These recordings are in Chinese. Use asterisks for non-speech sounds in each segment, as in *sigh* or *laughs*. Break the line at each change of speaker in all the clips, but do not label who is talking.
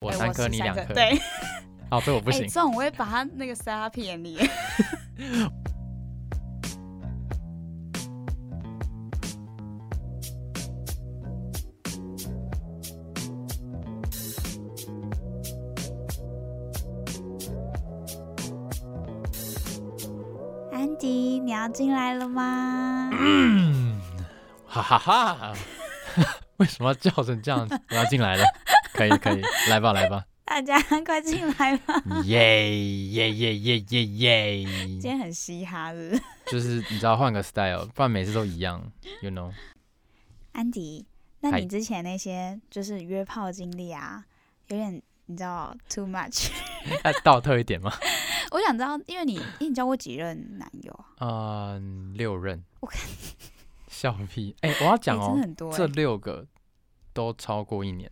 我
哎
三颗，
是
你两颗。
对，，
哦，这我不
哎
行
这。种我会把他那个塞他屁眼里。 *laughs* 安迪，你要进来了吗？ *coughs*
嗯，哈哈哈！为什么要叫成这样子？我要进来了，可以可以，来吧来吧，
大家快进来吧！
耶耶耶耶耶
今
耶！
天很嘻哈是不是？
就是你知道换个 style，不然每次都一样，you know。
安迪，那
嗨
你之前那些就是约炮经历啊，有点你知道 too much。 *laughs*
要哎倒退一点吗？
我想知道，因为你，因为你交过几任男友啊？
嗯，六任。
我看
笑屁！哎、我要讲
诶
哦
真的，很多、
这
欸。
六个都超过一年，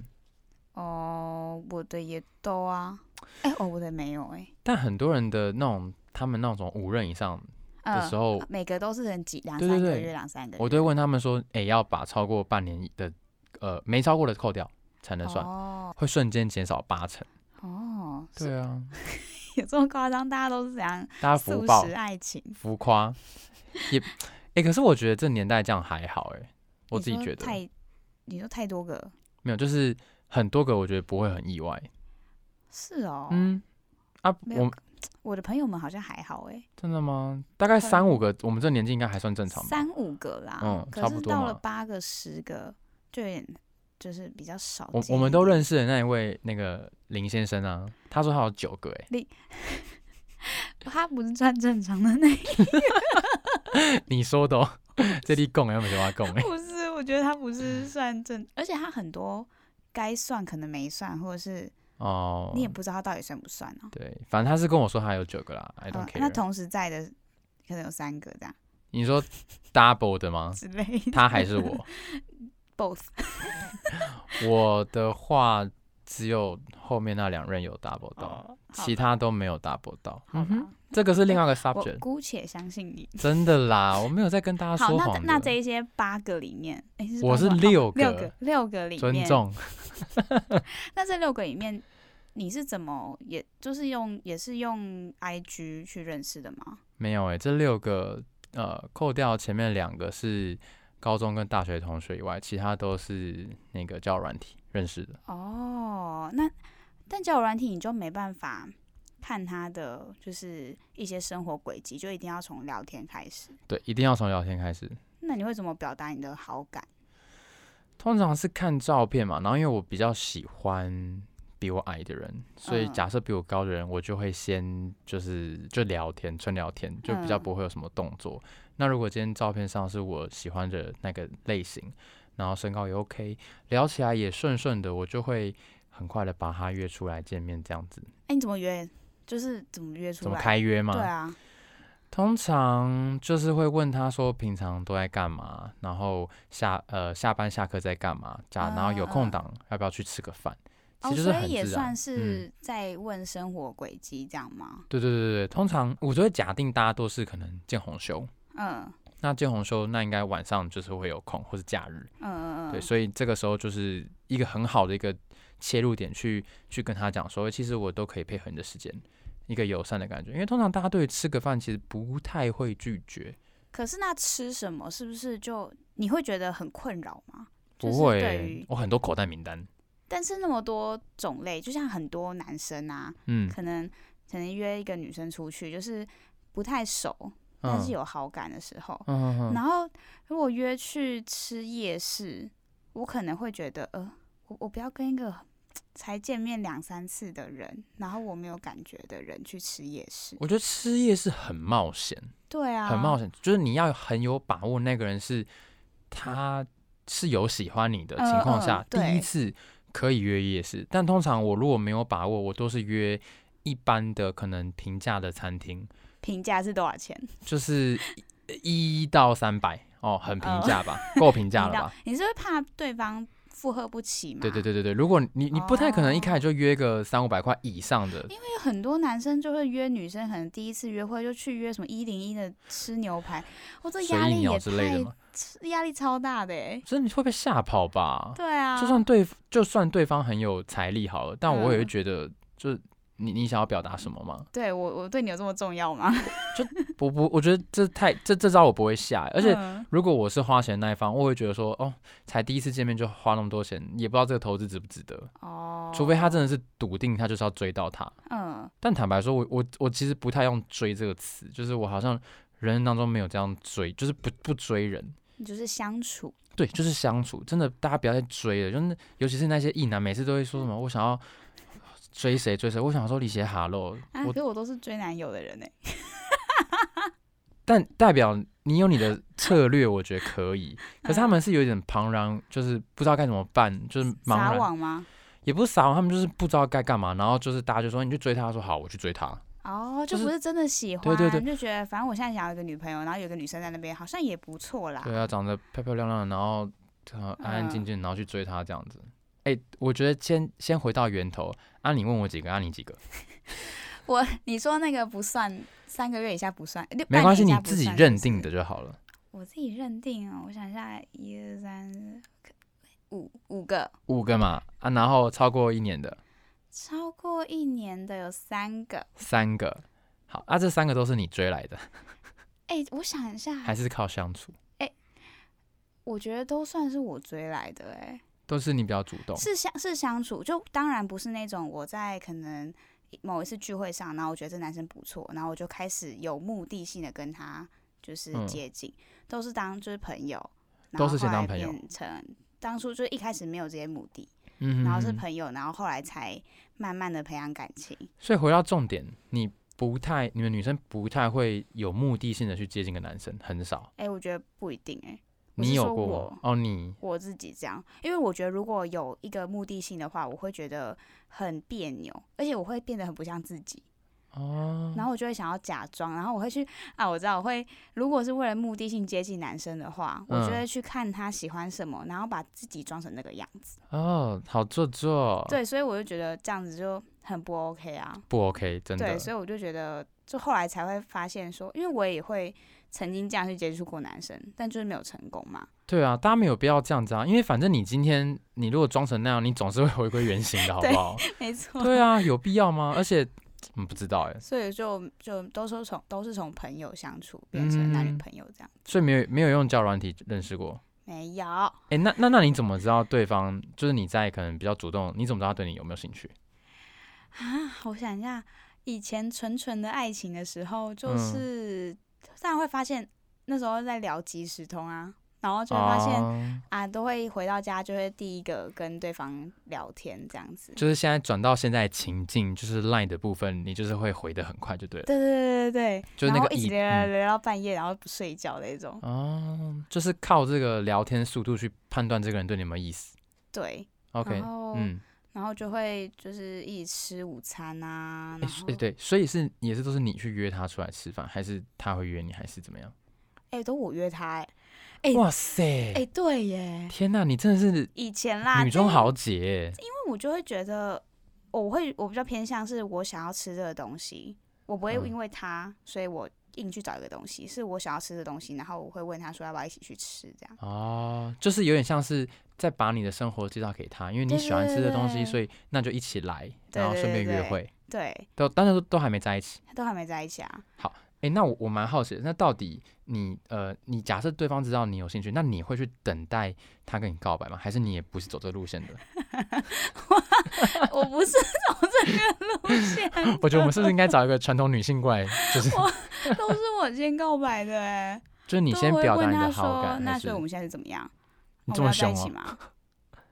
哦，我的也都啊。哎、哦，我的没有哎、
但很多人的那种，他们那种五任以上
嗯，
的时候，
每个都是人几两
对
三
对
个
对
月，两三个月。
我都会问他们说，哎、要把超过半年的，呃，没超过的扣掉才能算，
哦
会瞬间减少八成。
哦，是
对啊，
*laughs* 有这么夸张？大家都是怎样
大家
素
福报
食啊爱情？
浮夸，也，哎、可是我觉得这年代这样还好、哎，我
你
自己
说
觉得
太，你说太多个
没有，就是很多个我觉得不会很意外。
是哦。
嗯，啊，
没有
我
我的朋友们好像还好哎、
真的吗？大概三五个，我们这年纪应该还算正常吧。
三五个啦，
嗯
可
差
是
不多
到
嘛
了八个、十个，就有点就是比较少
我
见
我
一
们都
点
认识的那一位那个林先生啊，他说他有九个哎、
他不是穿正常的内
*laughs* 你说的、哦， *laughs* 这里供要没什么供哎，
裤，是我觉得他不是算正，而且他很多该算可能没算，或者是
哦
*laughs* 你，也不知道他到底算不算哦、
对，反正他是跟我说他有九个啦，I
嗯
don't
那
care。
同时在的可能有三个这样
你说 double 的
*laughs*
吗？
之类的
他还是我？
*laughs* ，both *laughs*
我的话只有后面那两任有 double 到，
哦，好
其
吧
他都没有 double 到。
好
嗯
吧
哼，，这个是另外一个
我
subject，
姑且相信你。
真的啦，我没有在跟大家
好，
说
那
谎
那这
的。
一些八个里面，诶是
我
八
是
个吗
六
六
个
个，六个里
尊
面，
重。
那这六个里面，你是怎么也就是用也是用 IG 去认识的吗？
没有诶，欸这六个呃，扣掉前面两个是高中跟大学同学以外，其他都是那个交友软体认识的。
哦，那但交友软体你就没办法看他的就是一些生活轨迹，就一定要从聊天开始。
对，一定要从聊天开始。
那你会怎么表达你的好感？
通常是看照片嘛，然后因为我比较喜欢比我矮的人，所以
嗯
假设比我高的人，我就会先就是就聊天，纯聊天，就比较
嗯
不会有什么动作。那如果今天照片上是我喜欢的那个类型，然后身高也 OK，聊起来也顺顺的，我就会很快的把他约出来见面这样子。
哎、你怎么约？就是怎么约出来？
怎么开约吗？
对啊，
通常就是会问他说平常都在干嘛，然后下呃下班下课在干嘛，假然后有
嗯嗯
空档要不要去吃个饭，其
哦，
实就是
所
很
以也
自然。嗯
算是在问生活轨迹这样吗？
对对对对对，通常我就会假定大家都是可能见红休，
嗯
那见红休那应该晚上就是会有空或是假日，
嗯嗯嗯，
对，所以这个时候就是一个很好的一个切入点去去跟他讲说，其实我都可以配合你的时间，一个友善的感觉，因为通常大家对于吃个饭其实不太会拒绝。
可是那吃什么是不是就你会觉得很困扰吗？就
不
是
会
对
欸
于，
我很多口袋名单。
但是那么多种类，就像很多男生啊，
嗯，
可能可能约一个女生出去，就是不太熟，但
嗯
是有好感的时候，
嗯嗯嗯
然后如果约去吃夜市，我可能会觉得，呃，我我不要跟一个才见面两三次的人，然后我没有感觉的人去吃夜市，
我觉得吃夜是很冒险，
对啊，
很冒险，就是你要很有把握，那个人是他是有喜欢你的
嗯
情况
嗯
下，第
对
一次可以约夜市。但通常我如果没有把握，我都是约一般的可能平价的餐厅，
评价是多少钱？
就是一一到三百哦，很平
哦
价吧，够平价
*laughs* 你
了
知道
吧？
你是会怕对方负荷不起吗？
对对对对对，如果你你不太可能一开始就约个三五百块以上的，
哦因为很多男生就会约女生，可能第一次约会就去约什么一零一的吃牛排，我、这
随
压
意
力
鸟
也
之类的
太
嘛。
压力超大的哎。
真的会被吓跑吧？
对啊，
就算对，就算对方很有财力好了，但我也会
嗯
觉得，就是你你想要表达什么
*laughs*
吗？
对我我对你有这么重要吗？
我不，我觉得这太这这招我不会下，而且
嗯
如果我是花钱的那一方，我会觉得说，哦，才第一次见面就花那么多钱，也不知道这个投资值不值得。
哦，
除非他真的是笃定他就是要追到他，
嗯
但坦白说，我我我其实不太用“追”这个词，就是我好像人生当中没有这样追，就是不不追人。
就是相处，
对，就是相处，真的，大家不要再追了。就是尤其是那些异男，每次都会说什么“我想要追谁追谁”，我想说李写哈喽，
啊，可
我
是我都是追男友的人哎。
但代表你有你的策略，我觉得可以。可是他
嗯
们是有点茫然，就是不知道该怎么办，就是茫
撒
然，
网吗？
也不是撒网，他们就是不知道该干嘛。然后就是大家就说你去追他，说好，我去追他。
哦，
就
就是不是真的喜
对
欢，
对对
就觉得反正我现在想要一个女朋友，然后有个女生在那边，好像也不错啦。
对啊，长得漂漂亮亮的，然后呃安安静
嗯
静，然后去追她这样子。哎、我觉得先先回到源头，啊，你问我几个，啊，你几个，
我你说那个不算，三个月以下不算，六
没
半
关
年
系，
以
你
下不
自己
算
认
是不
定
是
的就好了。
我自己认定哦，我想一下，一二三四五五个，
五个嘛，啊，然后超过一年的
超过一年的有三个。
三个，好，啊，这三个都是你追来的，
哎、我想一下，
还是靠相处，
我觉得都算是我追来的、哎，
都是你比较主动。
是相是相处，就当然不是那种我在可能某一次聚会上，然后我觉得这男生不错，然后我就开始有目的性的跟他就是
嗯
接近，都是当就是朋友，然
都
后
是先
后来
当朋友
变成当初就一开始没有这些目的，
嗯哼
然后是
哼
朋友，然后后来才慢慢的培养感情。
所以回到重点，你不太，你们女生不太会有目的性的去接近一个男生，很少。
哎、我觉得不一定哎、我
你
是
有
说
过
我
吗？哦，你
我自己这样，因为我觉得如果有一个目的性的话，我会觉得很别扭，而且我会变得很不像自己，
哦，
然后我就会想要假装，然后我会去啊，我知道我会，如果是为了目的性接近男生的话，我就
嗯
会去看他喜欢什么，然后把自己装成那个样子。
哦，好做作，，
对，所以我就觉得这样子就很不 OK 啊。
不 OK，真的
对，。所以我就觉得，就后来才会发现说，因为我也会曾经这样去接触过男生，但就是没有成功
*laughs*
嘛。
对啊，大家没有必要这样子啊，因为反正你今天你如果装成那样，你总是会回归原形的，好
*laughs* 对
不好？
没错。
对啊，有必要吗？而且，嗯，不知道哎，
所以就就都说从都是从朋友相处变成男
嗯
女朋友这样，
所以没有没有用交友软体认识过。
没有，
哎，那那那你怎么知道对方就是你在可能比较主动，你怎么知道他对你有没有兴趣？
啊，我想一下，以前纯纯的爱情的时候，就
嗯
是、当然会发现那时候在聊即时通啊，然后就会发现、
哦
啊，都会回到家就会第一个跟对方聊天这样子。
就是现在转到现在的情境，就是 Line 的部分，你就是会回的很快就对了。
对对对对对，
就是
然
那
后
个
一
以
直聊聊
嗯
聊到半夜，然后不睡觉的那种。
哦，就是靠这个聊天速度去判断这个人对你有没有意思。
对，
OK，
然后、
嗯，
然后就会就是一起吃午餐啊，
哎、
然
所
后
哎对，所以是也是都是你去约他出来吃饭，还是他会约你，还是怎么样？
哎、都我约他、哎哎
哇塞，
哎、对耶，
天呐，你真的是
以前啦，
女
但
中
是
豪杰欸，
因为我就会觉得，我会我比较偏向是我想要吃这个东西，我不会
嗯
因为它，所以我硬去找一个东西，是我想要吃的东西，然后我会问他说要不要一起去吃，这样
哦，就是有点像是在把你的生活介绍给他，因为你
对
喜欢吃的东
对
西，
对
所以那就一起来，
对
然后顺便
对对
约
对
会，
对，
都当然都都还没在一起。
都还没在一起啊， *laughs*
哎、那我我蛮好奇的，那到底你呃，你假设对方知道你有兴趣，那你会去等待他跟你告白吗？还是你也不是走这路线的？，
我不是走这个路线
我觉得我们是不是应该找一个传统女性过来，就是
我都是我先告白的哎、
就是 *laughs* 你
都
先
会
表达
问
你
他
的好
说
感，
那
还
所
是
以我们现在是怎么样？
你
我
这
们
么
要在
凶
一起
哦？
吗？ *laughs*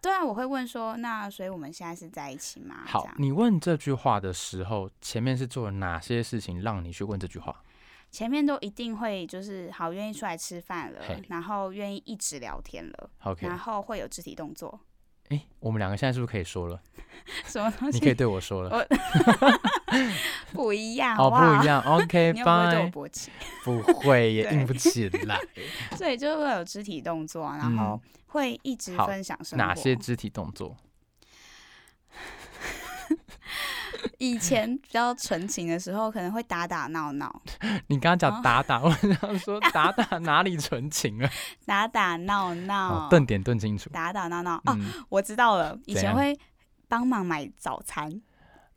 对啊，我会问说，那所以我们现在是在一起吗？这
好
样，
你问这句话的时候，前面是做了哪些事情让你去问这句话？
前面都一定会就是好愿意出来吃饭了
嘿，
然后愿意一直聊天了，
OK，
然后会有肢体动作， *laughs*
哎、我们两个现在是不是可以说了？
什么 *laughs* 东
你可以
西
对我说了，
我不一样，好
哦，
好？
不一样，OK，
*laughs* 你又不会对我
拜，
勃起，
不会也
对
硬不起来。
所以就会有肢体动作，然后会一直
嗯好
分享生活。
哪些肢体动作？
*laughs* 以前比较纯情的时候，可能会打打闹闹， *laughs*
你刚刚
哦
讲打打，我想
*laughs*
说打打哪里纯情了？
打打闹
好
闹，
顿点顿清楚。
打打闹闹。哦，
嗯，
我知道了，以
哦怎
前
样
会帮忙买早餐，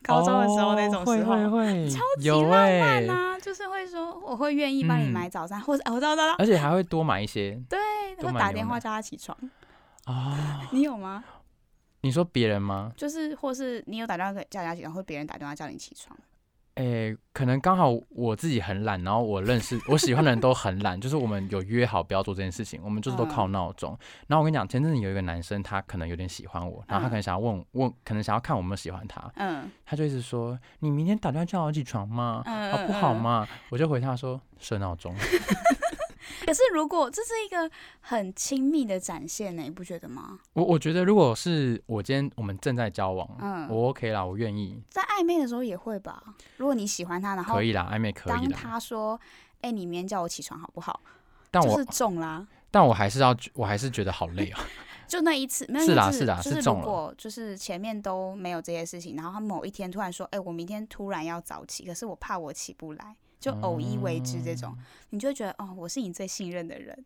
高中的时候那种
哦
时候。
会会会，
超级
有
浪
欸
漫啊，就是会说我会愿意帮你
嗯
买早餐，或者、啊我知道我知道，
而且还会多买一些
对，
多
会
买
打
牛
电话
奶
叫他起床，
啊、
你有吗？
你说别人吗？
就是或是你有打电话给叫人家起床，或别人打电话叫你起床，
诶、可能刚好我自己很懒，然后我认识我喜欢的人都很懒，就是我们有约好不要做这件事情，我们就是都
嗯
靠闹钟。然后我跟你讲，前阵子有一个男生，他可能有点喜欢我，然后他可能想要问问，可能想要看我有没有喜欢他，
嗯
他就一直说：“你明天打电话叫我起床吗？
嗯，
啊好、不好
嗯？
嘛？”我就回他说：“设闹钟。
可是如果这是一个很亲密的展现呢、你不觉得吗？
我”我觉得如果是我今天我们正在交往，
嗯
我 OK 啦，我愿意，
在暧昧的时候也会吧。如果你喜欢他，然后
可以啦，暧昧可以
当
啦。
他说：“哎、你明天叫我起床好不好？”
但我、
就是中啦，
但我还是要，我还是觉得好累哦。
就那一次，没有
是啦
就是
啦
就是是如
中了
果就是前面都没有这些事情，然后他某一天突然说：“哎、我明天突然要早起，可是我怕我起不来。”就
嗯
偶一为之这种，你就会觉得哦，我是你最信任的人。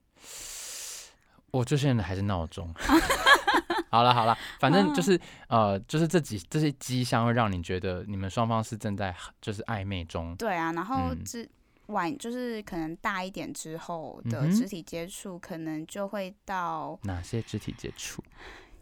我就现在还是闹
*laughs*
钟。好了好了，反
嗯
正就是、呃，就是这几这些迹象会让你觉得你们双方是正在就是暧昧中。
对啊，然后
嗯
之晚就是可能大一点之后
嗯
的
哼
肢体接触，可能就会到，
哪些肢体接触？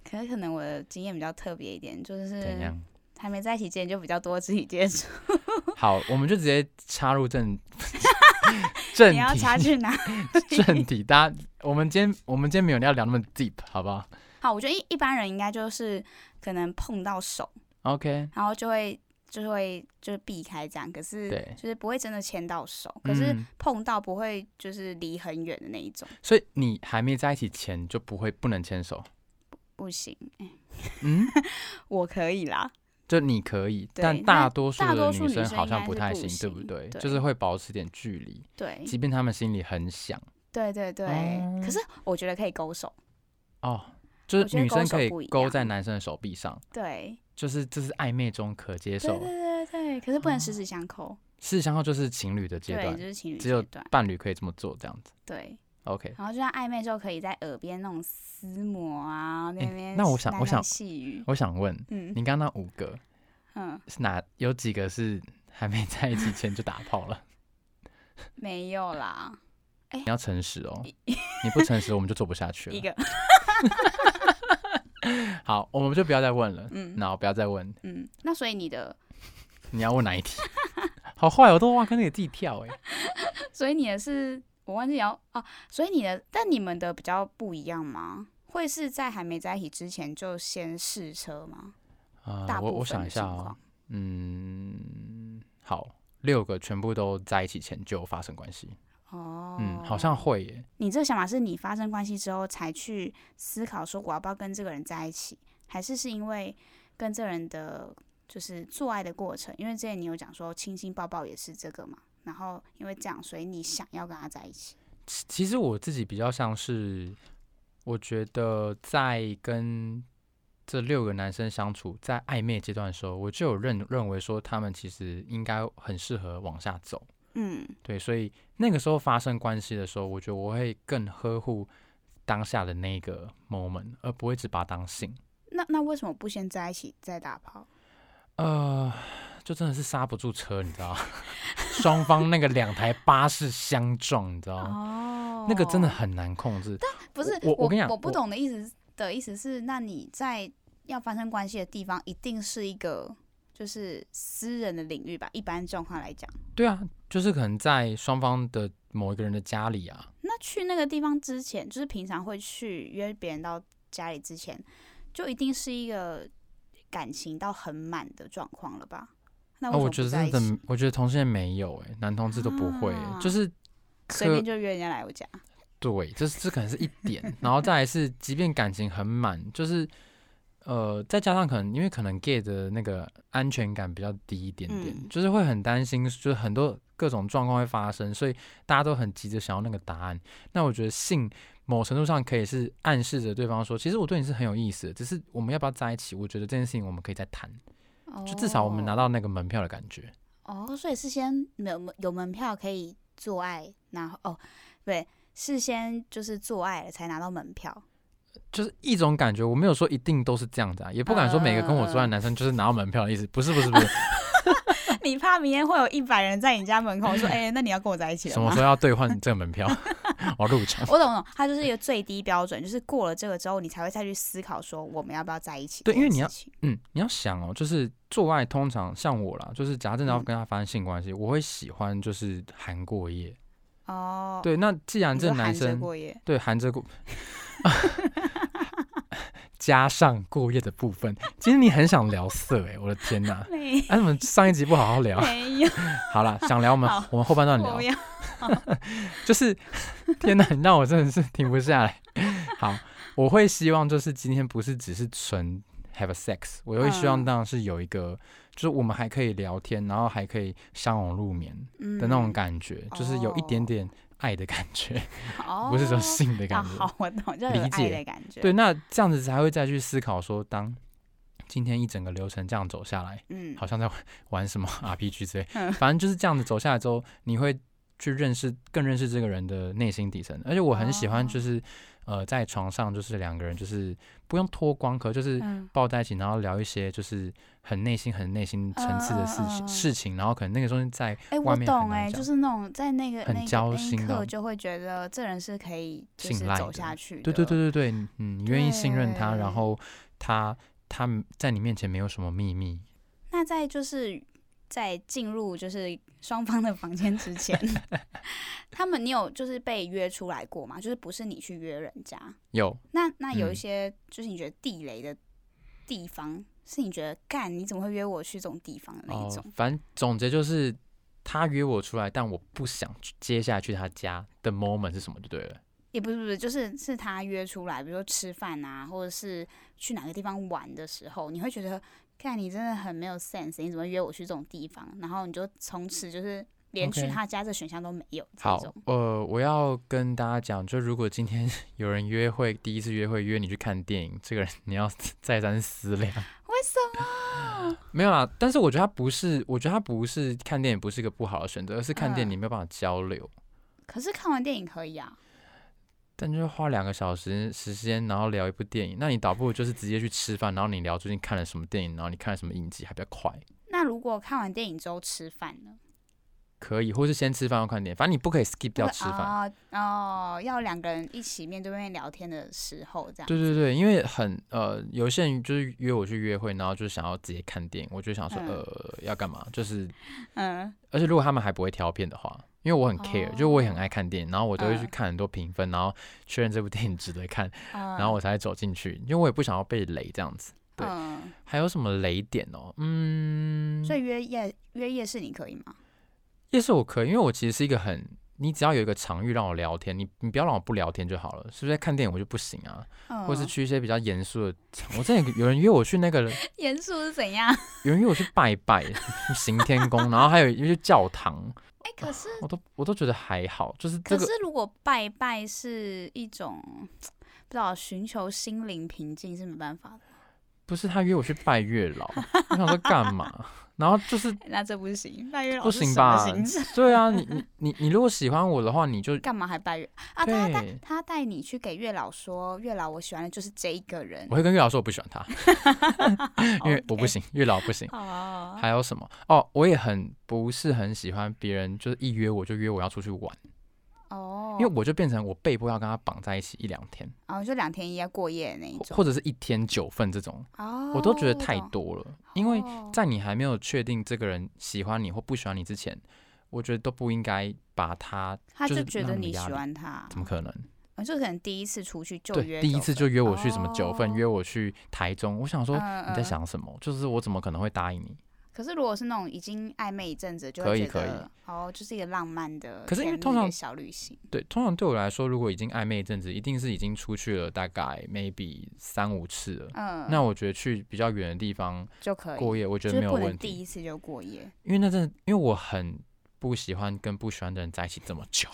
可能可能我的经验比较特别一点，就是
怎样？
还没在一起之前就比较多肢体
*laughs*
接触。嗯
好，我们就直接插入正
*laughs*
正
你要插
题
去哪？ *laughs*
正题。大家，我们今天我们今天没有要聊那么 deep，好不好
好，我觉得一一般人应该就是可能碰到手，
？OK，
然后就会就会就是避开这样，可是
对
就是不会真的牵到手，可是
嗯
碰到不会就是离很远的那一种，
所以你还没在一起前就不会不能牵手，
不行，
嗯，
我可以啦。
就你可以，
对
但
那
大多数
大
的
多数
女
女
生
生
好
应
像
该
不
是
太
不
行，对
行
不对？
对
就是会保持点距离。
对
即便他们心里很想
对哎对对，
哦
可是我觉得可以勾手，
哦，就
我
是
觉得
女
勾
生
手
可以
不一
勾
样
在男生的手臂上，
对，
就是这是暧昧中可接
对
受
对，对对，可是不能
哦
十指相扣，
事实相后就是情侣的阶
对，
段
就，是情侣
只有
阶段，
伴侣可以这么做这样子。
对。
OK，
然后就像暧昧的时候，可以在耳边那种撕磨啊，那
诶
边
那我想
喃
我
喃
想
细语，
我想问
嗯
你，刚刚那五个
嗯，
是哪有几个是还没在一起前就打炮
*laughs*
了？
没有啦，
你要诚实哦，你不诚实我们就做不下去
*laughs* 一
了。
个，
好，我们就不要再问了，
嗯
那我不要再问，
嗯，那所以你的，
你要问哪一题？ *laughs* 好坏哦，我都忘跟那个自己跳哎、
所以你的是，我忘记要哦、所以你的，但你们的比较不一样吗？会是在还没在一起之前就先试车吗？
啊、
大
我
部
我
分
想
的
一下
情
哦，
况，
嗯，好，六个全部都在一起前就有发生关系。
哦，
嗯，好像会耶。
你这个想法是你发生关系之后才去思考说我要不要跟这个人在一起，还是是因为跟这个人的就是做爱的过程？因为之前你有讲说亲亲抱抱也是这个嘛，然后因为这样，所以你想要跟他在一起。
其其实我自己比较像是，我觉得在跟这六个男生相处，在暧昧阶段的时候，我就有认认为说他们其实应该很适合往下走。
嗯，
对，所以那个时候发生关系的时候，我觉得我会更呵护当下的那个 moment，而不会只把它当性。
那那为什么不先在一起再打炮？
呃，就真的是刹不住车，你知道吗， *laughs* 双方那个两台巴士相撞，你知道吗，
哦
那个真的很难控制。
不是
我我跟你讲
我不
我
懂的意思的意思是，那你在要发生关系的地方，一定是一个就是私人的领域吧？一般状况来讲。
对啊，就是可能在双方的某一个人的家里啊，
那去那个地方之前，就是平常会去约别人到家里之前，就一定是一个感情到很满的状况了吧？那
啊，
为什
我
么
觉
不
得
在一
真
起？
的，我觉得同性恋没有哎、男同志都不会欸、
啊
就是
随
可
便就约人家来我家，
对，这这可能是一点，然后再来是，即便感情很满，就是呃，再加上可能因为可能 gay 的那个安全感比较低一点点，
嗯
就是会很担心，就是很多各种状况会发生，所以大家都很急着想要那个答案。那我觉得性某程度上可以是暗示着对方说，其实我对你是很有意思的，只是我们要不要在一起？我觉得这件事情我们可以再谈。就至少我们拿
到
到那个门票的感觉。
哦，所以事先没有有门票可以做爱，然后哦，对，事先就是做爱了才拿到门票。
就是一种感觉，我没有说一定都是这样子啊，也不敢说每个跟我做爱的男生就是拿到门票的意思，不是不是不是，
你怕明天会有一百人在你家门口说，哎、那你要跟我在一起了
什
吗？
么时候要兑换这个
*laughs*
门票， *laughs* 我要入场。
我懂我懂，它就是一个最低标准，就是过了这个之后，你才会再去思考说我们要不要在一起这
对
件
因为
事情。
你要嗯，你要想哦，就是做爱通常像我啦，就是假设真
嗯
的要跟他发生性关系，我会喜欢就是含过夜。
哦，
对，那既然
你
这
说
男
含着
生
过
*laughs*
夜，
对含
*laughs*
着过，加上过夜的部分，其实你很想聊色哎、我的天呐！
没
*laughs* 哎、啊，怎么上一集不好好聊？
没有，
好啦，想聊我们
好
我们后半段
我
聊
们，要
就是 *laughs* 天哪，你让我真的是停不下来。好，我会希望就是今天不是只是纯 have a sex，我会希望
嗯
当然是有一个，就是我们还可以聊天，然后还可以相拥入眠
嗯
的那种感觉，就是有一点
哦
点爱的感觉，
哦，
不是说性的感
啊，
觉。
好，我懂，就有
理
爱
解
的感觉。
对，，那这样子才会再去思考说，当今天一整个流程这样走下来，
嗯，
好像在玩玩什么 *laughs* RPG 之类，
嗯
*laughs* 反正就是这样子走下来之后，你会去认识更认识这个人的内心底层。而且我很喜欢，
哦
就是、呃，在床上就是两个人就是不用脱光壳，就是
嗯，
抱在一起，然后聊一些就是很内心、很内心层次的事情、
嗯嗯嗯嗯
事情，然后可能那个东西在
哎，我
外面很
懂，
难
哎，
讲
就是那种在那个
很
那个
交
那一
心的
刻，就会觉得这人是可以就
信
是
赖
走
的
下去。
对对，对对对，你你愿意信任他，
对
然后他他在你面前没有什么秘密，
那在就是在进入就是双方的房间之前， *laughs* 他们你有就是被约出来过吗？就是不是你去约人家？
有
那那有一
嗯
些就是你觉得地雷的地方，是你觉得干你怎么会约我去这种地方的那一种？
哦反正总结就是，他约我出来，但我不想去接下去他家的 moment 是什么就对了。
也不是不是，就是是他约出来，比如说吃饭啊，或者是去哪个地方玩的时候，你会觉得看你真的很没有 sense，你怎么约我去这种地方？然后你就从此就是连去
OK
他家这选项都没有这
好
种。，
呃，我要跟大家讲，就如果今天 *laughs* 有人约会，第一次约会约你去看电影，这个人你要 *laughs* 再三思量。
为什么？
没有啦，但是我觉得他不是，我觉得他不是看电影不是一个不好的选择，而是看电影
嗯
你没有办法交流，但
可是看完电影可以啊。
但就是花两个小时时间，然后聊一部电影，那你倒不如就是直接去吃饭，然后你聊最近看了什么电影，然后你看了什么影集，还比较快。
那如果看完电影之后吃饭呢？
可以，或是先吃饭后看电影，反正你不可以 skip 掉
不
吃饭。
哦哦，要两个人一起面对面聊天的时候这样。
对对对，因为很呃，有些人就是约我去约会，然后就是想要直接看电影，我就想说、
嗯
呃要干嘛？就是
嗯，
而且如果他们还不会挑片的话，因为我很 care，、就我也很爱看电影，然后我都会去
哦嗯
看很多评分，然后确认这部电影值得看，然
然
后我才走进去，因为我也不想要被雷这样子。对
嗯，
还有什么雷点哦？嗯，
所以约夜约夜市你可以吗？
夜市我可以，因为我其实是一个很，你只要有一个场域让我聊天，你你不要让我不聊天就好了，是不是？在看电影我就不行啊。
嗯，
或是去一些比较严肃的场。我之前有人约我去那个，
严肃是怎样？
有人约我去拜拜行天宫，然后还有一个教堂，
哎，可是
我都我都觉得还好，就是哦这
可
个
是如果拜拜是一种不知道寻求心灵平静是没办法的，
不是他约我去拜月老，我想说干嘛？ *laughs* 然后就是
那这不行。拜月老
不
是
行
什
吧
么
*laughs*
行程？
对啊，你你你你如果喜欢我的话，你就
*laughs* 干嘛还拜月啊？他带
对
他带你去给月老说，月老我喜欢的就是这一个人
我。会跟月老说我不喜欢他，因为我不
哦 OK
行，月老不行。
哦，
还有什么？哦，我也很不是很喜欢别人，就是一约我就约我要出去玩，
哦，
因为我就变成我被迫要跟他绑在一起一两天，
哦就两天一夜过夜那一
或
种，
或者是一天九份这种。
哦，
我都觉得太
懂，
多了，因为
哦
在你还没有确定这个人喜欢你或不喜欢你之前，我觉得都不应该把他
他
就
就是觉
让
得
你
你
压
喜
力
欢他，
怎么可能？
哦就可能第一次出去就约
对，
走，
第一次就约我去什么九份，
哦
约我去台中，我想说
嗯
你在。想什么？就是我怎么可能会答应你？
嗯可是如果是那种已经暧昧一阵子，就
可
会
以
觉
可以
得哦，就是一个浪漫的，
可是因为
甜蜜
通
的
常
小旅行，
对，通常对我来说，如果已经暧昧一阵子，一定是已经出去了大概 maybe 三五次了。
嗯，
那我觉得去比较远的地方
就可以
过夜，我觉
就
得
是
没有
不
问
能
题
第。一次就过夜。
因为那阵，因为我很不喜欢跟不喜欢的人在一起这么久。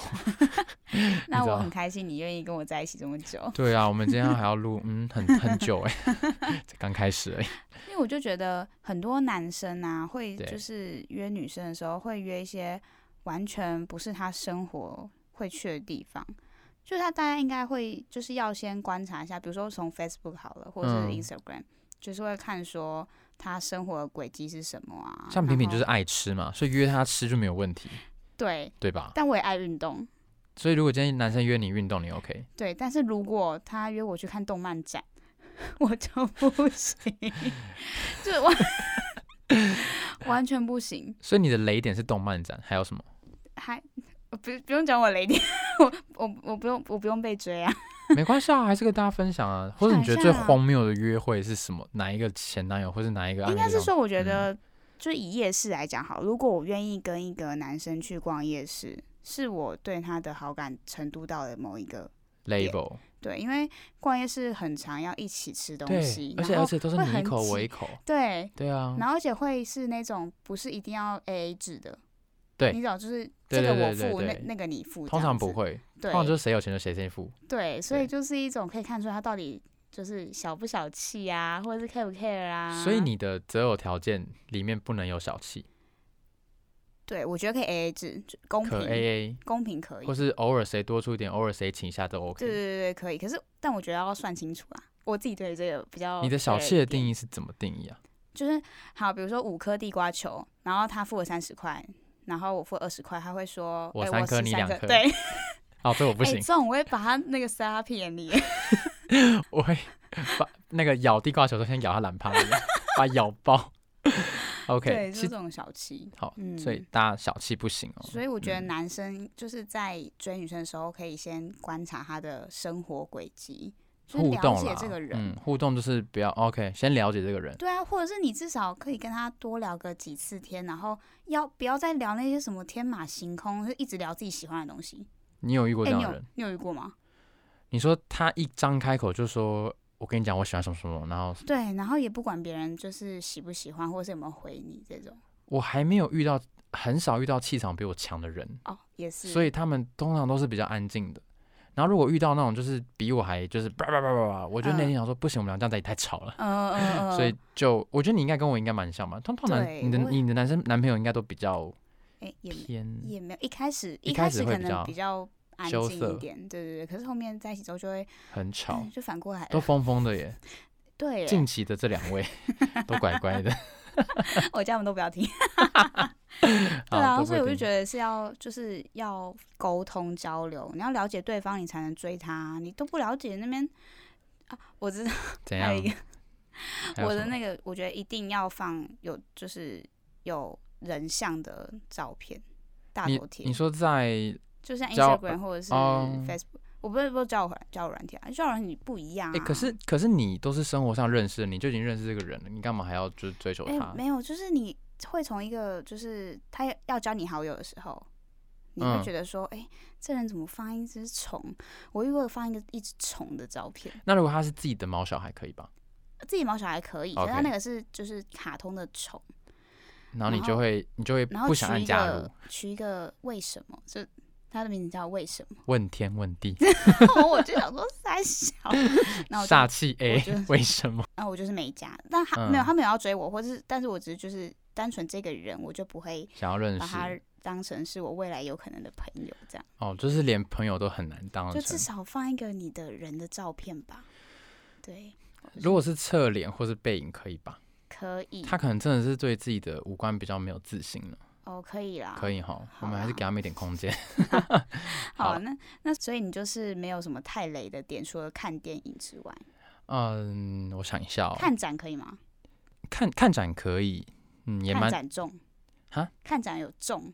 那
知
我
道
很开心你愿意跟我在一起这么久，
对啊，我们今天还要录，嗯，很很久哎、才 *laughs* 刚开始而已。
因为我就觉得很多男生啊，会
对
就是约女生的时候会约一些完全不是他生活会去的地方。就他大家应该会就是要先观察一下，比如说从 Facebook 好了，或者是
嗯
Instagram，、就是会看说他生活的轨迹是什么啊。
像
然
平平就
后
是爱吃嘛，所以约她吃就没有问题，
对，
对吧？
但我也爱运动，
所以如果今天男生约你运动，你 OK？
对。但是如果他约我去看动漫展， *laughs* 我就不行， *laughs* 就完 *laughs* 完全不行。
所以你的雷点是动漫展，还有什么？
还呃不不用讲我雷点，我我我不用我不用被追啊。
没关系啊，还是跟大家分享啊。或者你觉得最
想一下啊
荒谬的约会是什么？哪一个前男友，或是哪一个暧昧
应
对象？
该是说，我
嗯
觉得就以夜市来讲好，如果我愿意跟一个男生去逛夜市，是我对他的好感程度到了某一个
label，
对，因为逛夜市很常要一起吃东西，
而且
然后
而且都是
会
你一
很
口
挤
我一口，
对，
对啊，
然后而且会是那种不是一定要 A A 制的，
对
你找就是
对
这
对
个我
对对
付，那
对
那个你付，
通常不，会，
对
通，常就是谁有钱就谁先付。
对，所以
对
就是一种可以看出他到底就是小不小气啊，或者是 care 不 care 啊。
所以你的择偶条件里面不能有小气，
对我觉得可以 A A 制，就公
可
平
A
公平可
A，
以
或。是偶尔谁多出一点，偶尔谁请一下都
对对
OK。
对对，可以。可是但我觉得要算清楚啊，我自己对这个比较。
你的小气的定
义
义是怎么定义啊？
就是好，比如说五颗地瓜球，然后他付了三十块。然后我付二十块，他会说：“
我
哎
三颗
十
你
三
两
颗
颗
对，
哦，这我不
哎，
行
这，种我会把他那个塞他屁眼里。
我
*laughs*
会把那个咬地瓜球都先咬他懒趴一样，把它咬
*laughs*
爆。OK，
对，就是
其
这种小气。
好，
嗯
所以大家小气不行哦。
所以我觉得
嗯
男生就是在追女生的时候，可以先观察她的生活轨迹，就是
互
了
动
解
啦
这个，人。
嗯，互动就是不要 OK，先了解这个人。
对啊，或者是你至少可以跟他多聊个几次天，然后要不要再聊那些什么天马行空，就一直聊自己喜欢的东西？
你有遇过这
哎、
样
你
的
有
人？
你有遇过吗？
你说他一张开口就说：“我跟你讲，我喜欢什么什么。”然后
对，然后也不管别人就是喜不喜欢，或是有没有回你这种
我还没有遇到，很少遇到气场比我强的人，
哦，也是。
所以他们通常都是比较安静的。然后如果遇到那种就是比我还就是叭叭叭叭叭，我就内心
嗯
想说：“不行，我们俩这样在一起太吵了。”
呃，呃呃呃，
所以就我觉得你应该跟我应该蛮像吧，通通常
对
你的
我也
你的男生男朋友应该都比较
哎、也没
偏
也没有一开始
一
一
开
开
始
始
会
可
比
能
较
比较安
羞
静
涩
一点，对对对。可是后面在一起之后就会
很吵
嗯，就反过来
都
了。
疯疯的耶。
对耶，
近期的这
*laughs*
两位都乖乖的，
我家人都不要听。 *laughs* 对
好
啊，
啊都
所以我就
得
觉得是要就是要沟通交流，你要了解对方，你才能追他。你都不了解那边啊，我知道
怎
还
样
有一？个
还有
我
什
的
么
那个，我觉得一定要放有就是有人像的照片，大头
你
贴
你，说在
就像
交
Instagram 或者是
哦
Facebook。我不是不是交友软交友软体啊，交友软体不一样啊。
哎，可是可是你都是生活上认识的，你就已经认识这个人了，你干嘛还要就是追求
哎、
他？
没有，就是你会从一个就是他要加你好友的时候，你会
嗯
觉得说，哎、这人怎么放一只虫？我遇过放一个一只虫的照片，
那如果他是自己的毛小孩可以吧？
自己毛小孩可以，可是他
OK
那个是就是卡通的虫，
然后你
然
就
后
会你就会
然后
不想
取
按
一
加入
个，取一个为什么？就他的名字叫为什么？ *laughs*
问天问地，
然后我就想说三小， *laughs* 然后我就
煞气
我
A，
就
*laughs* 为什么？
啊，我就是没加，但他、没
嗯
有，他没有要追我，或者是，但是我只是就是单纯这个人，我就不会
想要认
把他
识
当成是我未来有可能的朋友这样。
哦，就是连朋友都很难当
就
成。
至少放一个你的人的照片吧。对，
呃如果是侧脸或是背影可以吧？
可以，
他可能真的是对自己的五官比较没有自信了，
哦，可以啦，
可
以。
以哈，我
好
们还是
啦
给他们一点空
*laughs*
间。
好啊，
好
那那所以你就是没有什么太雷的点，除了看电影之外，
嗯，我想一下哦，
看展可以吗？
看看展可以，嗯，也
看
蛮
展中
哈？
看展有中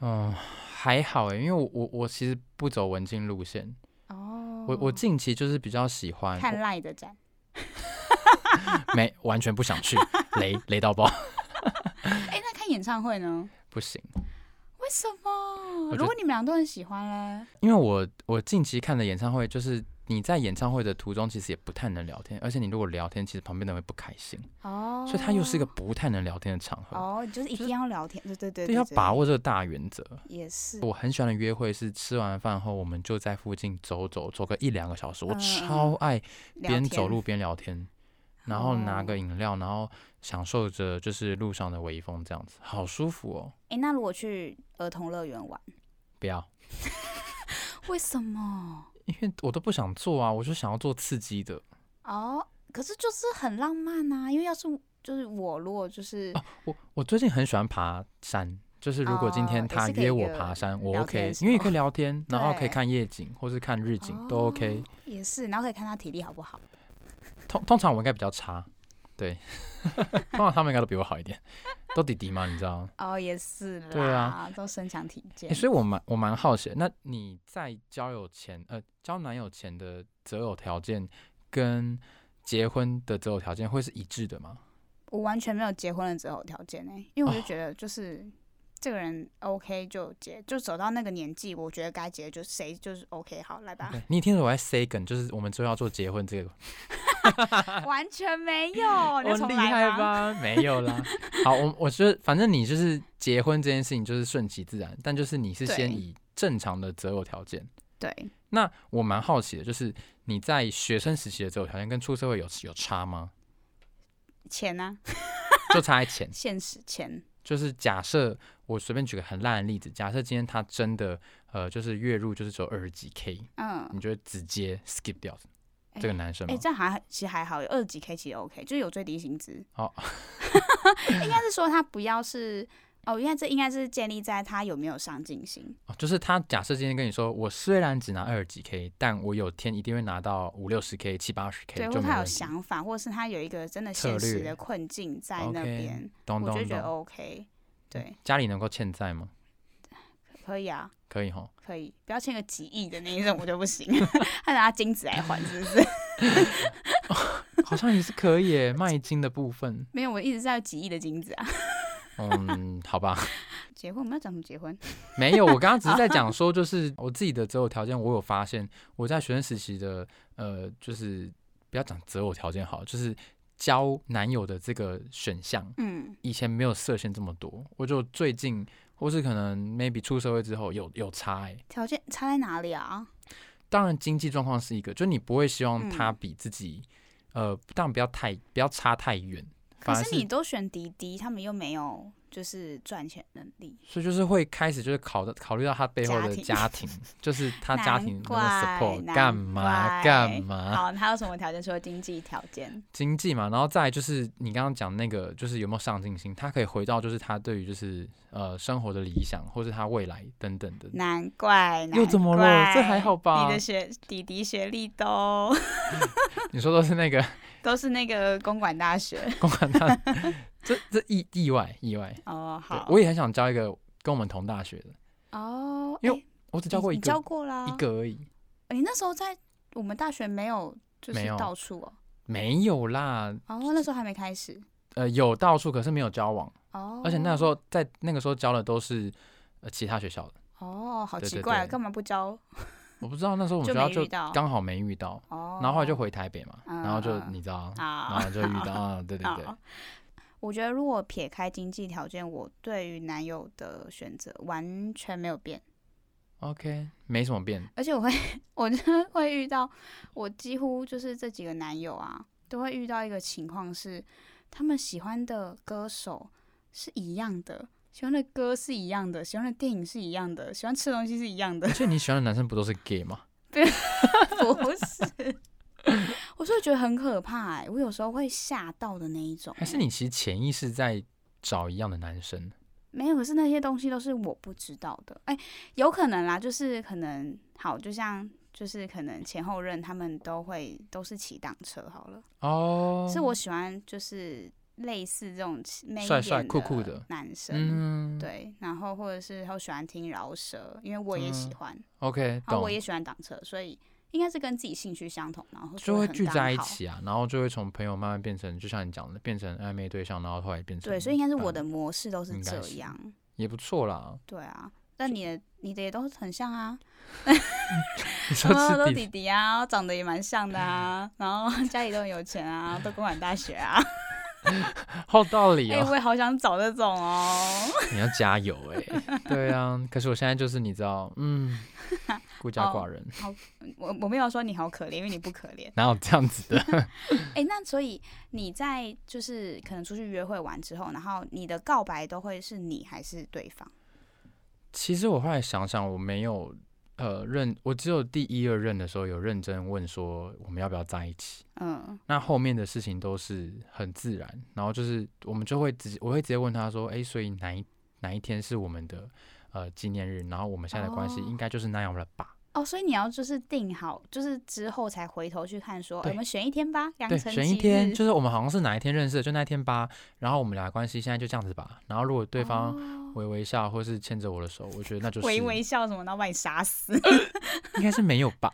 嗯还好欸诶，因为我我我其实不走文静路线，
哦
我我近期就是比较喜欢，
看赖的展，
我没完全不想去， *laughs* 雷雷到爆， *laughs*
哎、那看演唱会呢？
不行，
为什么？
觉
如果你们俩都很喜欢嘞，
因为我我近期看的演唱会就是你在演唱会的途中其实也不太能聊天，而且你如果聊天，其实旁边的人会不开心，
哦，
所以它又是一个不太能聊天的场合。
哦，你就是一
就
定
是
要聊天，对对对
对，要把，握这个大原则。
对也是，
我很喜欢的约会是吃完饭后，我们就在附近走走，走个一两个小时。我
嗯嗯
超爱
聊
边
天哦
走路边聊天，然后拿个饮料，然后享受着就是路上的微风，这样子好舒服哦。
哎、那如果去儿童乐园玩，
不要，
为什么？
因为我都不想做啊，我就想要做刺激的。
哦，可是就是很浪漫啊，因为要是就是我如果就是
哦，我我最近很喜欢爬山，就是如果今
哦
天
也
他
是可以
约我
约
爬山，我
聊天
OK，
的时
因为
候
可以聊
*laughs*
天，然后可
对
以看夜景或是看日景都 OK
哦。也是，然后可以看他体力好不好。
通通常我应该比较差，对， *laughs* 通常他们应该都比我好一点，都弟弟嘛，你知道。
哦，也是啦，
对啊，
都身强体健。
欸、所以我蛮我蛮好奇的，那你在交友前，呃，交男友前的择偶条件跟结婚的择偶条件会是一致的吗？
我完全没有结婚的择偶条件呢、因为我就
哦
觉得就是、这个人 OK 就结，就走到那个年纪，我觉得该结就谁就是 OK 好
*laughs*
来吧，
对，你一听着我在 say 梗，就是我们最后要做结婚这个，
完全没有，哦你
我
重
哦厉
来
害
吧？
吧？没有
*laughs*
啦。好，我我觉得反正你就是结婚这件事情就是顺其自然，但就是你是先
对
以正常的择偶条件。
对，
那我蛮好奇的，就是你在学生时期的择偶条件跟出社会有有差吗？
钱呢、
就差在
*laughs*
钱。
现实钱，
就是假设我随便举个很烂的例子，假设今天他真的呃，就是月入就是只有二十几 K，
嗯，
你就会直接 skip 掉
哎
这个男生
哎、
吗？
这样还其实还好，有二十几 K 其实 OK，就是有最低薪资。
哦
*laughs* 应该是说他不要是哦，应该这应该是建立在他有没有上进心。
哦就是他假设今天跟你说，我虽然只拿二十几 K，但我有天一定会拿到五六十 K、七八十 K，
对，或
就
者
没
他有
问题
想法，或者是他有一个真的
策
现实
略
的困境在那
OK，
边，
懂
我就
懂
觉得
懂。
OK，对，
家里能够欠债吗？嗯
可以啊，
可以吼。
可以，不要欠个几亿的那一种我就不行， *laughs* 他拿金子来还是不 *laughs* 是？
好像也是可以
*laughs*
耶，卖金的部分。
没有，我一直在几亿的金子啊。
嗯，好吧，
结婚我们要讲什么结婚？
没有，我刚刚只是在讲说，就是我自己的择偶条件，我有发现我在学生时期的呃，就是不要讲择偶条件好了，就是交男友的这个选项，
嗯，
以前没有设限这么多，我就最近或是可能 maybe 出社会之后有有差欸
条件差在哪里啊？
当然经济状况是一个，就你不会希望他
嗯
比自己、呃，当然不要太不要差太远，
可
反而
是你
是
都选滴滴，他们又没有就是赚钱能力，
所以就是会开始就是考的考虑到他背后
家
的
庭
家
*laughs*
庭，就是他家庭能够
难怪
support 干嘛
难怪
干嘛。
好，还有什么条件？除了经济条件，
*laughs* 经济嘛，然后再来就是你刚刚讲那个，就是有没有上进心，他可以回到就是他对于就是呃生活的理想，或是他未来等等的。
难怪，
又怎么了
难怪
这还好吧
你的学弟弟学历都
你说都是那个
都是那个公管大学
*laughs* 公馆大，这这意意外意外。
哦，
对
好，
我也很想交一个跟我们同大学的，
哦，
因为
诶
我只
你
交过一
你教
个
过啦，
一个而已，
你那时候在我们大学没有就是
没有
到处哦，
没有啦，
哦，那时候还没开始
呃有到处，可是没有交往，
哦，
而且那时候在那个时候交的都是呃其他学校的，
哦，好
对
奇
对
怪啊，
对
干嘛不教？
我不知道那时候我们
就
学校
没遇
就
到
刚好没遇到，
哦，
然后后来就回台北嘛，
嗯
然后就
嗯
你知道，然
啊，
后就遇到，啊对对对。
好嗯我觉得如果撇开经济条件，我对于男友的选择完全没有变，
OK，没什么变。
而且我会， *laughs* 我真的会遇到，我几乎就是这几个男友啊，都会遇到一个情况是，他们喜欢的歌手是一样的，喜欢的歌是一样的，喜欢的电影是一样的，喜欢吃的东西是一样的 *laughs*
而，且你喜欢的男生不都是 gay 吗？
不是？ *laughs* 我是觉得很可怕哎、我有时候会吓到的那一种、
还是你其实潜意识在找一样的男生？
没有，可是那些东西都是我不知道的。哎、有可能啦，就是可能好，就像就是可能前后任他们都会都是骑挡车好了，
哦，
是我喜欢就是类似这种骑媚
帅帅
眼
酷酷的
男生，
嗯，
对，然后或者是我喜欢听饶舌，因为我也喜
嗯
欢，
，OK，
然后
懂
我，也喜欢挡车，所以应该是跟自己兴趣相同，然后
就
会
会
很
聚
刚
在一
好。
起啊，然后就会从朋友慢慢变成，就像你讲的，变成暧昧对象，然后后来变成
对，所以应该是
伴
我的模式都是
应该
这
是
样，
侣也不错啦。 *laughs*
对啊。那你的你的也都很像啊，
你 *laughs* 说
然后都
是
弟
弟，
弟啊，长得也蛮像的啊，然后家里都很有钱
*laughs*
啊，都公管大学啊。
好道理
哎、
哦，
我也好想找这种哦。
你要加油哎、
*laughs*
对啊，可是我现在就是你知道，嗯，孤家
哦
寡人，
我我没有说你好可怜，因为你不可怜。
哪有这样子的？ *laughs*
哎、那所以你在就是可能出去约会完之后，然后你的告白都会是你还是对方？
其实我后来想想，我没有呃认，我只有第一二任的时候有认真问说我们要不要在一起。
嗯
那后面的事情都是很自然，然后就是我们就会直接，我会直接问他说，哎、所以哪一哪一天是我们的呃纪念日？然后我们现在的关系
哦
应该就是那样了吧？
哦，所以你要就是定好，就是之后才回头去看说，哎
对
我们选一天吧，良
对，
辰
选一
吉
天，
日
就是我们好像是哪一天认识的，就那一天吧。然后我们俩的关系现在就这样子吧。然后如果对方
哦
微微笑或是牵着我的手，我觉得那就是
微微笑什么，然后把你
*laughs*
杀死。
应该是没有吧？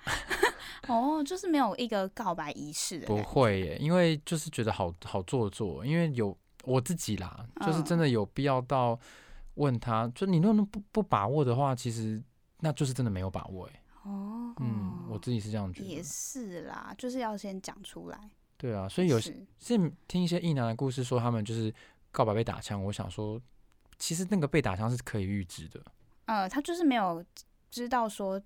哦，就是没有一个告白仪式的
不
感觉。
会耶，因为就是觉得好好做作，因为有我自己啦，就是真
嗯
的有必要到问他，就你如果不不把握的话，其实那就是真的没有把握哎。
哦，
嗯，我自己是这样觉
也
得。
是啦，就是要先讲出来。
对啊，所以有
是
些是听一些异男的故事说他们就是告白被打枪，我想说，其实那个被打枪是可以预知的。
呃，他就是没有知道说，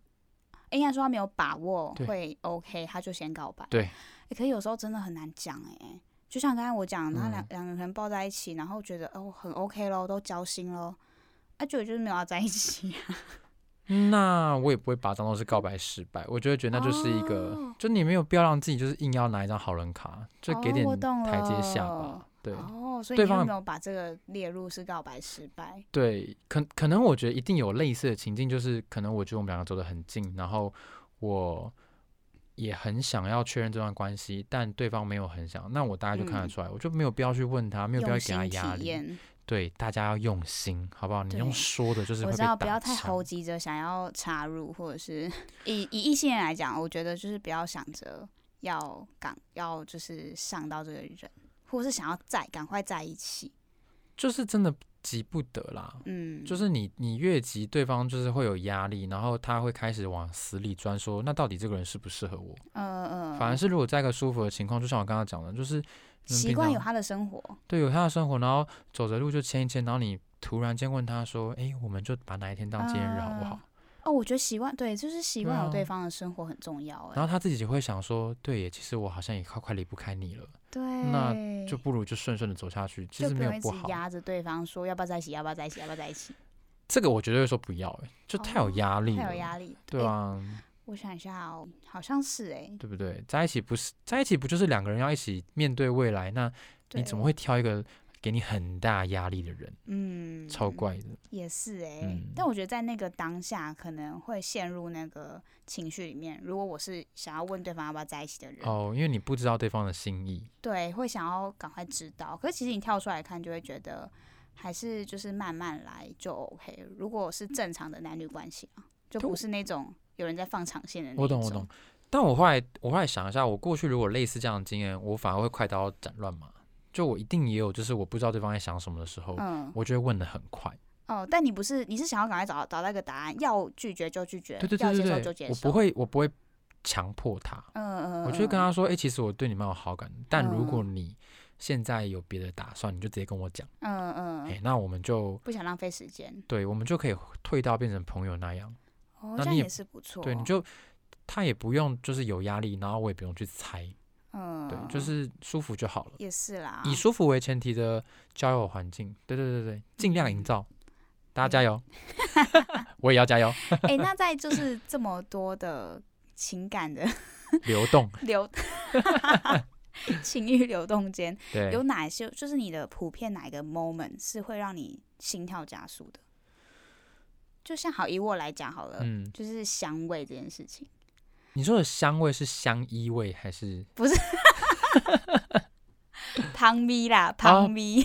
应该说他没有把握
对
会 OK，他就先告白。
对
欸可是有时候真的很难讲哎、就像刚才我讲，他两
嗯
两个人抱在一起，然后觉得哦很 OK 咯，都交心咯，啊，结果就是没有要在一起、
那我也不会把它当做是告白失败，我就会觉得那就是一个，
哦
就你没有必要让自己就是硬要拿一张好人卡，就给
哦
点
我懂
台阶下
了
吧。对
*laughs* 哦，所以
对
你有
方
没有把这个列入是告白失败？
对，可可能我觉得一定有类似的情境，就是可能我觉得我们两个走得很近，然后我也很想要确认这段关系，但对方没有很想，那我大概就看得
嗯
出来，我就没有必要去问他，没有必要
用
给他
心
压
体
力。
验，
对，大家要用心，好不好？你
对
用说的，就是
我
会
知
被
道
打
不要太
枪
猴急着想要插入，或者是以以异性人来讲，我觉得就是不要想着要赶要就是上到这个人，或者是想要在赶快在一起，
就是真的急不得啦。
嗯，
就是你你越急，对方就是会有压力，然后他会开始往死里钻说，那到底这个人适不适合我？
呃呃，
反而是如果在一个舒服的情况，就像我刚刚讲的，就是你们
习
平
惯
常
有他的生活，
对有他的生活，然后走着路就牵一牵，然后你突然间问他说，哎，我们就把哪一天当纪念日好不好？
哦，我觉得习惯对，就是习
对
惯有
啊
对方的生活很重要、哎，
然后他自己就会想说，对耶，其实我好像也快快离不开你了，
欸对，
那就不如就顺顺的走下去，其
就
实
不
没有
用一直
不好。
压着对方说要不要在一起，要不要在一起，要不要在一起，
这个我绝对会说不要，哎，就太有
哦
压力了，
太有压力。
对
哎
啊。
我想一下哦，好像是哎、
对不对？在一起不是在一起，不就是两个人要一起面对未来？那你
对
怎么会挑一个给你很大压力的人？
嗯
超怪的。
也是哎、
嗯
但我觉得在那个当下可能会陷入那个情绪里面。如果我是想要问对方要不要在一起的人，
哦，因为你不知道对方的心意，
对，会想要赶快知道。可是其实你跳出来看，就会觉得还是就是慢慢来就 OK。如果是正常的男女关系啊，就
对
不是那种有人在放长线的那
我懂
一
我
种
懂。。但我后来我后来想一下，我过去如果类似这样的经验，我反而会快刀斩乱麻。就我一定也有，就是我不知道对方在想什么的时候，
嗯，
我就会问的很快。
哦，但你不是，你是想要赶快找找到一个答案，要拒绝就拒绝，
对对对
要接受
对
就
对，
接
我
受。
不，会我不会强迫他，
嗯嗯，
我就会跟
嗯
他说，哎、其实我对你蛮有好感的，但如果
嗯
你现在有别的打算，你就直接跟我讲，
嗯嗯
哎、
嗯，
那我们就
不想浪费时间。
对，我们就可以退到变成朋友那样。
哦，
那
这样
你也
也是不错。哦
对，你就他也不用就是有压力，然后我也不用去猜，
嗯，
对，就是舒服就好了。
也是啦。
以舒服为前提的交友环境，对对对对，尽量
嗯
营造。大家加油， *laughs* 我也要加油，
哎、那在就是这么多的情
*laughs*
感的
流动。
流
*laughs*
情欲流动间，
对，
有哪些就是你的普遍哪一个 moment 是会让你心跳加速的？就像好以我来讲好了，
嗯，
就是香味这件事情，
你说的香味是香衣味还是？
汤咪啦，
哦
汤咪。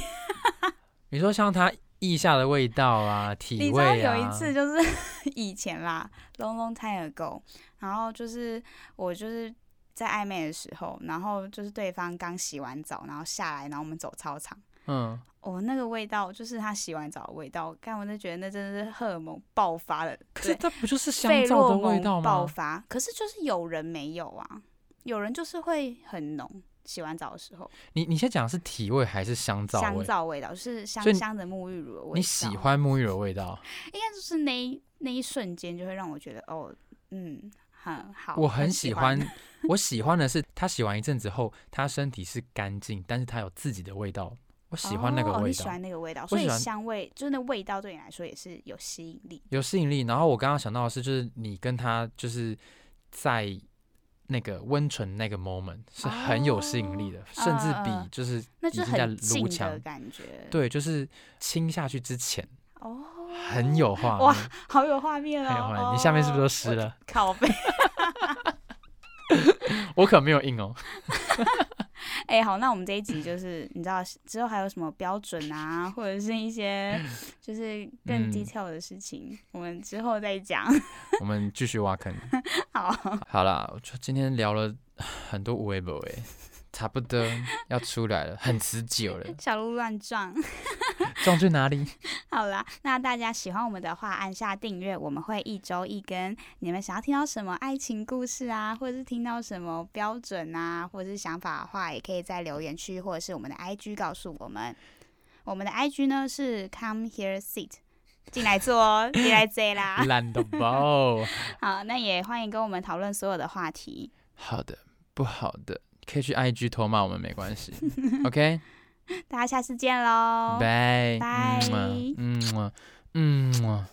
你说像它腋下的味道啊，体
你知道
味
有一
啊？
次就是 *laughs* 以前啦，long long time ago，然后就是我就是在暧昧的时候，然后就是对方刚洗完澡，然后下来，然后我们走操场，
嗯，
哦，那个味道就是他洗完澡的味道，干我就觉得那真的是荷尔蒙爆发了，
可
对
是它不就是香
费
皂
洛
的味
蒙
道吗？
爆发。可是就是有人没有啊，有人就是会很浓，洗完澡的时候
你你先讲的是体味还是香皂
香
味？
皂味道，就是
所
香
以你
香的沐浴乳的味道。
你喜？欢沐浴乳的味道？
应该就是那一那一瞬间就会让我觉得哦，嗯，很好，
我很喜
欢
欢。，
*laughs*
我喜欢的是他洗完一阵子后，他身体是干净，但是他有自己的味道。我喜欢那个
哦
味
你喜
道，
欢那个味道，所以
喜欢
香味就是那味道对你来说也是有吸引力。
有吸引力。然后我刚刚想到的是，就是你跟他就是在那个温存那个 moment 是很有吸引力的，甚至
嗯嗯
比就是
那
已
就
经
是
在
很
撸
近的
墙，
感觉。，
对，就是亲下去之前
哦，
很有画
哇
面，
好有画
*laughs*
面哦。
很有画哎面。你下面是不是
哦
都湿？了？
我靠背，
我可没有硬
*laughs*
哦。
哎、好，那我们这一集就是你知道之后还有什么标准啊，或者是一些就是更
嗯
detail 的事情，我们之后再讲。 *laughs*
我们继续挖坑。
好，，
好啦，我就今天聊了很多无为不为，差不多要出来了，很持久了
小鹿乱撞。
撞去哪
*laughs*
里？
好啦，那大家喜欢我们的话，按下订阅，我们会一周一更。你们想要听到什么爱情故事啊，或者是听到什么标准啊，或者是想法的话，也可以在留言区或者是我们的 IG 告诉我们。我们的 IG 呢是 Come Here Sit，进来坐哦，进来坐啦。 *laughs*
懒得爆。
好，那也欢迎跟我们讨论所有的话题。
好的，不好的，可以去 IG 偷骂我们没关
*laughs*
系。OK，
大家下次见喽，
拜
哦
啊
拜
嗯嗯嗯。